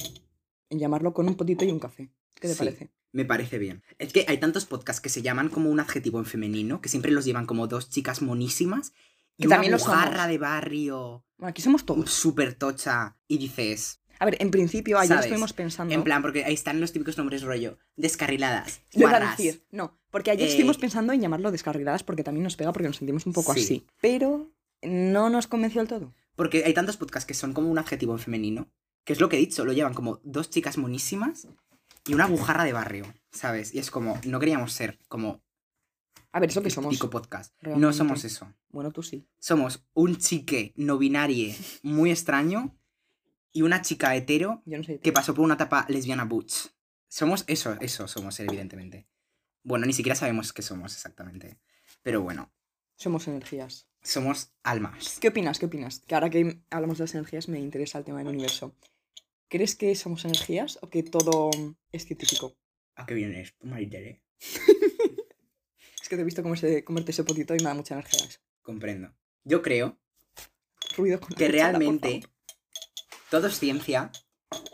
en llamarlo con un potito y un café. ¿Qué te
Sí.
parece?
Me parece bien. Es que hay tantos podcasts que se llaman como un adjetivo en femenino, que siempre los llevan como dos chicas monísimas y
Que
una
también lo somos.
mujarra de barrio
Bueno, aquí somos todos.
súper tocha y dices,
A ver, en principio, ayer
¿Sabes?
estuvimos pensando.
En plan, porque ahí están los típicos nombres rollo. Descarriladas.
Yo iba a
guarras.
decir, no, porque ayer
Eh,
estuvimos pensando en llamarlo descarriladas porque también nos pega porque nos sentimos un poco
Sí.
así. Pero no nos convenció del todo.
Porque hay tantos podcasts que son como un adjetivo en femenino, que es lo que he dicho, lo llevan como dos chicas monísimas y una bujarra de barrio, ¿sabes? Y es como, no queríamos ser como
A ver, eso que
el
somos.
típico podcast. No
realmente.
somos eso.
Bueno, tú sí.
Somos un chique no binario muy extraño y una chica hetero
Yo no sé.
que pasó por una etapa lesbiana butch. Somos eso, eso somos, evidentemente. Bueno, ni siquiera sabemos qué somos exactamente. Pero bueno,
Somos energías.
somos almas.
¿Qué opinas? ¿Qué opinas? Que ahora que hablamos de las energías me interesa el tema del universo. ¿Crees que somos energías o que todo es científico?
¿A Ah, qué viene esto, Maritere?
Es que te he visto comerse- comerte, ese potito y me da mucha energía. eso.
Comprendo. Yo creo
Ruido con la
que
cuchara, por
realmente
favor.
todo es ciencia,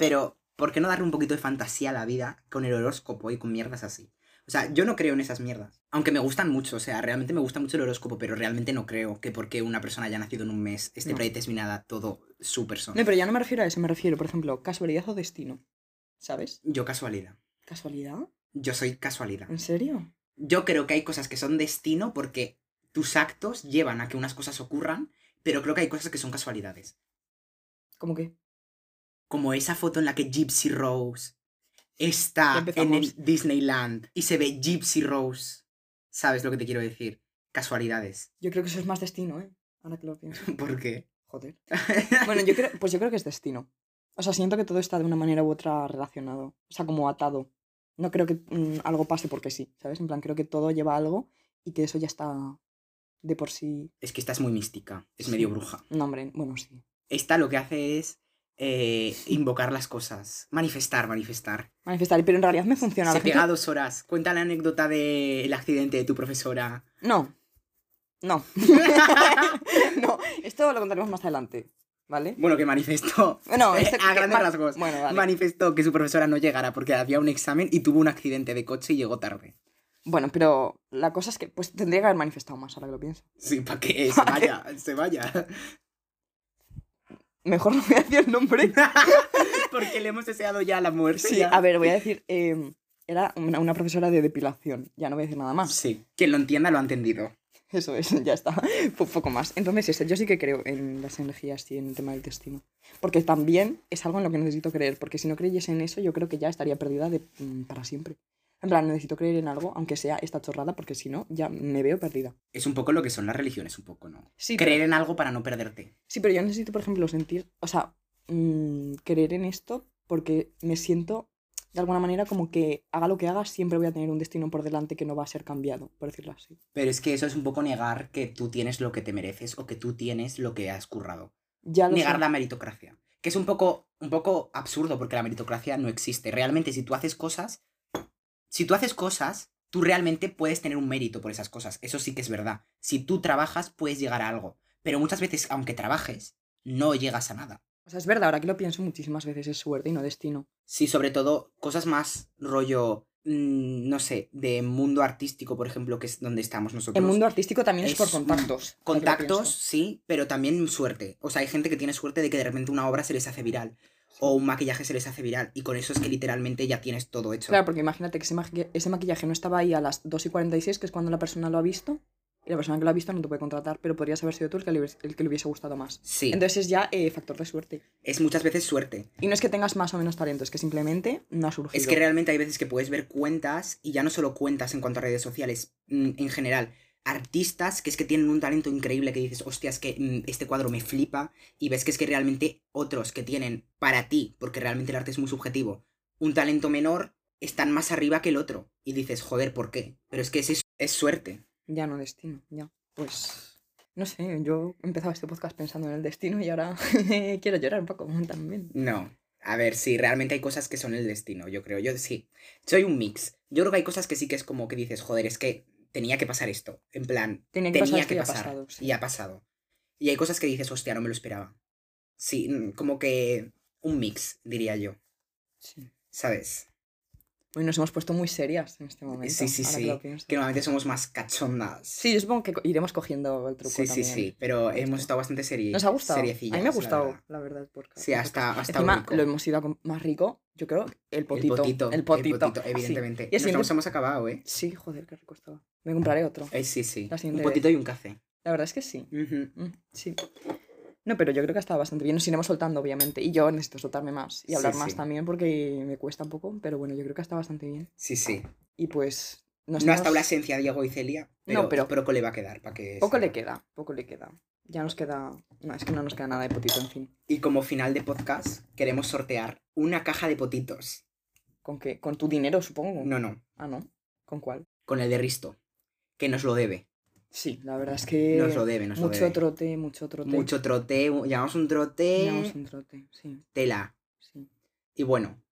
pero ¿Por qué no darle un poquito de fantasía a la vida con el horóscopo y con mierdas así? O sea, yo no creo en esas mierdas. Aunque me gustan mucho, o sea, realmente me gusta mucho el horóscopo, pero realmente no creo que porque una persona haya nacido en un mes esté
No.
predeterminada todo su persona.
No, pero ya no me refiero a eso, me refiero, por ejemplo, casualidad o destino. ¿Sabes?
Yo casualidad.
¿Casualidad?
Yo soy casualidad.
¿En serio?
Yo creo que hay cosas que son destino porque tus actos llevan a que unas cosas ocurran, pero creo que hay cosas que son casualidades.
¿Cómo que?
Como esa foto en la que Gypsy Rose está
Ya
en el
empezamos.
Disneyland y se ve Gypsy Rose. ¿Sabes lo que te quiero decir? Casualidades. [laughs]
Yo creo que eso es más destino, ¿eh? Ahora que lo pienso.
¿Por qué?
Joder. Bueno, yo creo, pues yo creo que es destino. O sea, siento que todo está de una manera u otra relacionado. O sea, como atado. No creo que mm, algo pase porque sí, ¿sabes? En plan, creo que todo lleva a algo y que eso ya está de por sí.
[laughs] Es que esta es muy mística, es
Sí.
medio bruja.
No, hombre, bueno, sí.
Esta lo que hace es eh, invocar las cosas, manifestar, manifestar.
Manifestar, pero en realidad me funciona.
se
la gente-
pega dos horas. Cuenta la anécdota del accidente de tu profesora.
No. No. [laughs] no, esto lo contaremos más adelante, ¿vale?
Bueno, que manifestó.
Bueno,
Eh,
esto,
a
que-
grandes
ma-
rasgos.
Bueno, vale.
Manifestó que su profesora no llegara porque había un examen y tuvo un accidente de coche y llegó tarde.
Bueno, pero la cosa es que pues tendría que haber manifestado más, ahora que lo pienso.
Sí, para
[laughs]
que se vaya, se vaya.
Mejor [laughs] no voy a decir el nombre.
[laughs] Porque le hemos deseado ya la muerte.
Sí,
ya.
a ver, voy a decir. eh, era una, una profesora de depilación. Ya no voy a decir nada más.
Sí, quien lo entienda lo ha entendido.
[laughs] Eso es, ya está. [laughs] Po- poco más. Entonces, eso, yo sí que creo en las energías y en el tema del destino. Porque también es algo en lo que necesito creer. Porque si no creyese en eso, yo creo que ya estaría perdida de, mm, para siempre. En plan, necesito creer en algo, aunque sea esta chorrada, porque si no, ya me veo perdida.
Es un poco lo que son las religiones, un poco, ¿no?
Sí,
Creer en algo para no perderte.
Sí, pero yo necesito, por ejemplo, sentir, o sea, mm, creer en esto porque me siento de alguna manera como que haga lo que haga, siempre voy a tener un destino por delante que no va a ser cambiado, por decirlo así.
Pero es que eso es un poco negar que tú tienes lo que te mereces o que tú tienes lo que has currado.
Ya lo sé.
negar la meritocracia. Que es un poco, un poco absurdo porque la meritocracia no existe. Realmente, si tú haces cosas, si tú haces cosas, tú realmente puedes tener un mérito por esas cosas. Eso sí que es verdad. Si tú trabajas, puedes llegar a algo. Pero muchas veces, aunque trabajes, no llegas a nada.
O sea, es verdad, ahora que lo pienso muchísimas veces es suerte y no destino.
Sí, sobre todo cosas más rollo, mm, no sé, de mundo artístico, por ejemplo, que es donde estamos nosotros.
El mundo artístico también es, por
es,
contactos. ahora que lo
Contactos,
pienso.
sí, pero también suerte. O sea, hay gente que tiene suerte de que de repente una obra se les hace viral o un maquillaje se les hace viral y con eso es que literalmente ya tienes todo hecho.
Claro, porque imagínate que ese, maqui- ese maquillaje no estaba ahí a las 2 y 46, que es cuando la persona lo ha visto, y la persona que lo ha visto no te puede contratar, pero podrías haber sido tú el que le, hubies- el que le hubiese gustado más.
Sí,
Entonces es ya eh, factor de suerte.
es muchas veces suerte.
Y no es que tengas más o menos talento, es que simplemente no ha surgido.
Es que realmente hay veces que puedes ver cuentas y ya no solo cuentas en cuanto a redes sociales, mm, en general. Artistas que es que tienen un talento increíble que dices, hostia, es que mm, este cuadro me flipa y ves que es que realmente otros que tienen para ti, porque realmente el arte es muy subjetivo, un talento menor, están más arriba que el otro y dices, joder, ¿por qué? Pero es que es, es suerte.
Ya no destino, ya. Pues no sé, yo empezaba este podcast pensando en el destino y ahora [laughs] quiero llorar un poco [laughs] también.
No. A ver, sí, realmente hay cosas que son el destino, yo creo. Yo sí. Soy un mix. Yo creo que hay cosas que sí que es como que dices, joder, es que tenía que pasar esto. En plan,
Tenía que pasar
tenía
esto
que
y ha
pasar.
pasado, sí.
Y ha pasado. Y hay cosas que dices, hostia, no me lo esperaba. Sí, mm, como que un mix, diría yo.
Sí.
¿Sabes?
Hoy nos hemos puesto muy serias en este momento.
Sí, sí,
ahora
sí.
Que lo pienso.
Que normalmente somos más cachondas.
Sí, yo supongo que co- iremos cogiendo el truco
sí, sí,
también.
sí. Pero
Esto.
hemos estado bastante serie.
Nos ha gustado. A mí me ha
seriecillas, la
gustado,
verdad.
la verdad. porque
Sí, hasta, hasta
Encima
rico.
lo hemos ido a com- más rico, yo creo, el
el
potito.
potito.
El potito, Ah, Sí.
evidentemente.
Y el
Nos lo
siguiente-
hemos acabado, ¿eh?
Sí, joder, qué rico estaba. Me compraré otro.
Eh, sí, sí.
La
Un
siguiente
potito y un café.
La verdad es que sí.
Ujú.
Mm, Sí. No, pero yo creo que ha estado bastante bien. Nos iremos soltando, obviamente. Y yo necesito soltarme más y
Sí,
hablar más
sí.
también porque me cuesta un poco. Pero bueno, yo creo que ha estado bastante bien.
Sí, sí.
Y pues.
No
Nos
ha estado la
hemos-
esencia Diego y Celia, pero,
No, pero-
poco le va a quedar. para que
Poco
salga.
le queda, poco le queda. Ya nos queda. No, es que no nos queda nada de potito, en fin.
Y como final de podcast, queremos sortear una caja de potitos.
¿Con qué? Con tu dinero, supongo.
No, no,
Ah, no. ¿Con cuál?
con el de Risto, que nos lo debe.
Sí, la verdad es que.
Nos lo debe, nos lo
mucho
debe.
trote, mucho trote.
Mucho trote, u- llamamos un trote,
Llevamos un trote, sí,
tela.
sí.
Y bueno,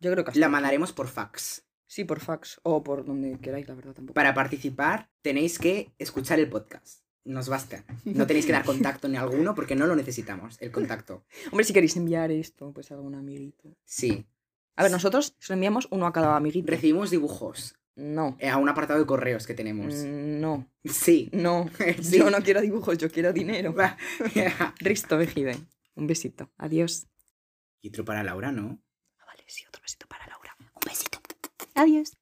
Yo creo que hasta
la
aquí.
mandaremos por fax.
Sí, por fax o por donde queráis, la verdad tampoco.
Para participar tenéis que escuchar el podcast. Nos basta. No
[laughs]
tenéis que dar contacto ni alguno porque no lo necesitamos, el contacto.
Hombre, si queréis enviar esto, pues a algún amiguito.
Sí.
A ver, nosotros se lo enviamos uno a cada amiguito.
Recibimos dibujos
No.
eh, a un apartado de correos que tenemos.
Mm. No.
Sí. [laughs]
No.
Sí.
[laughs] Yo no quiero dibujos, yo quiero dinero.
Va.
Risto Mejide. Un besito. Adiós.
y otro para Laura, ¿no?
Ah, vale, sí, otro besito para Laura. Un besito. Adiós.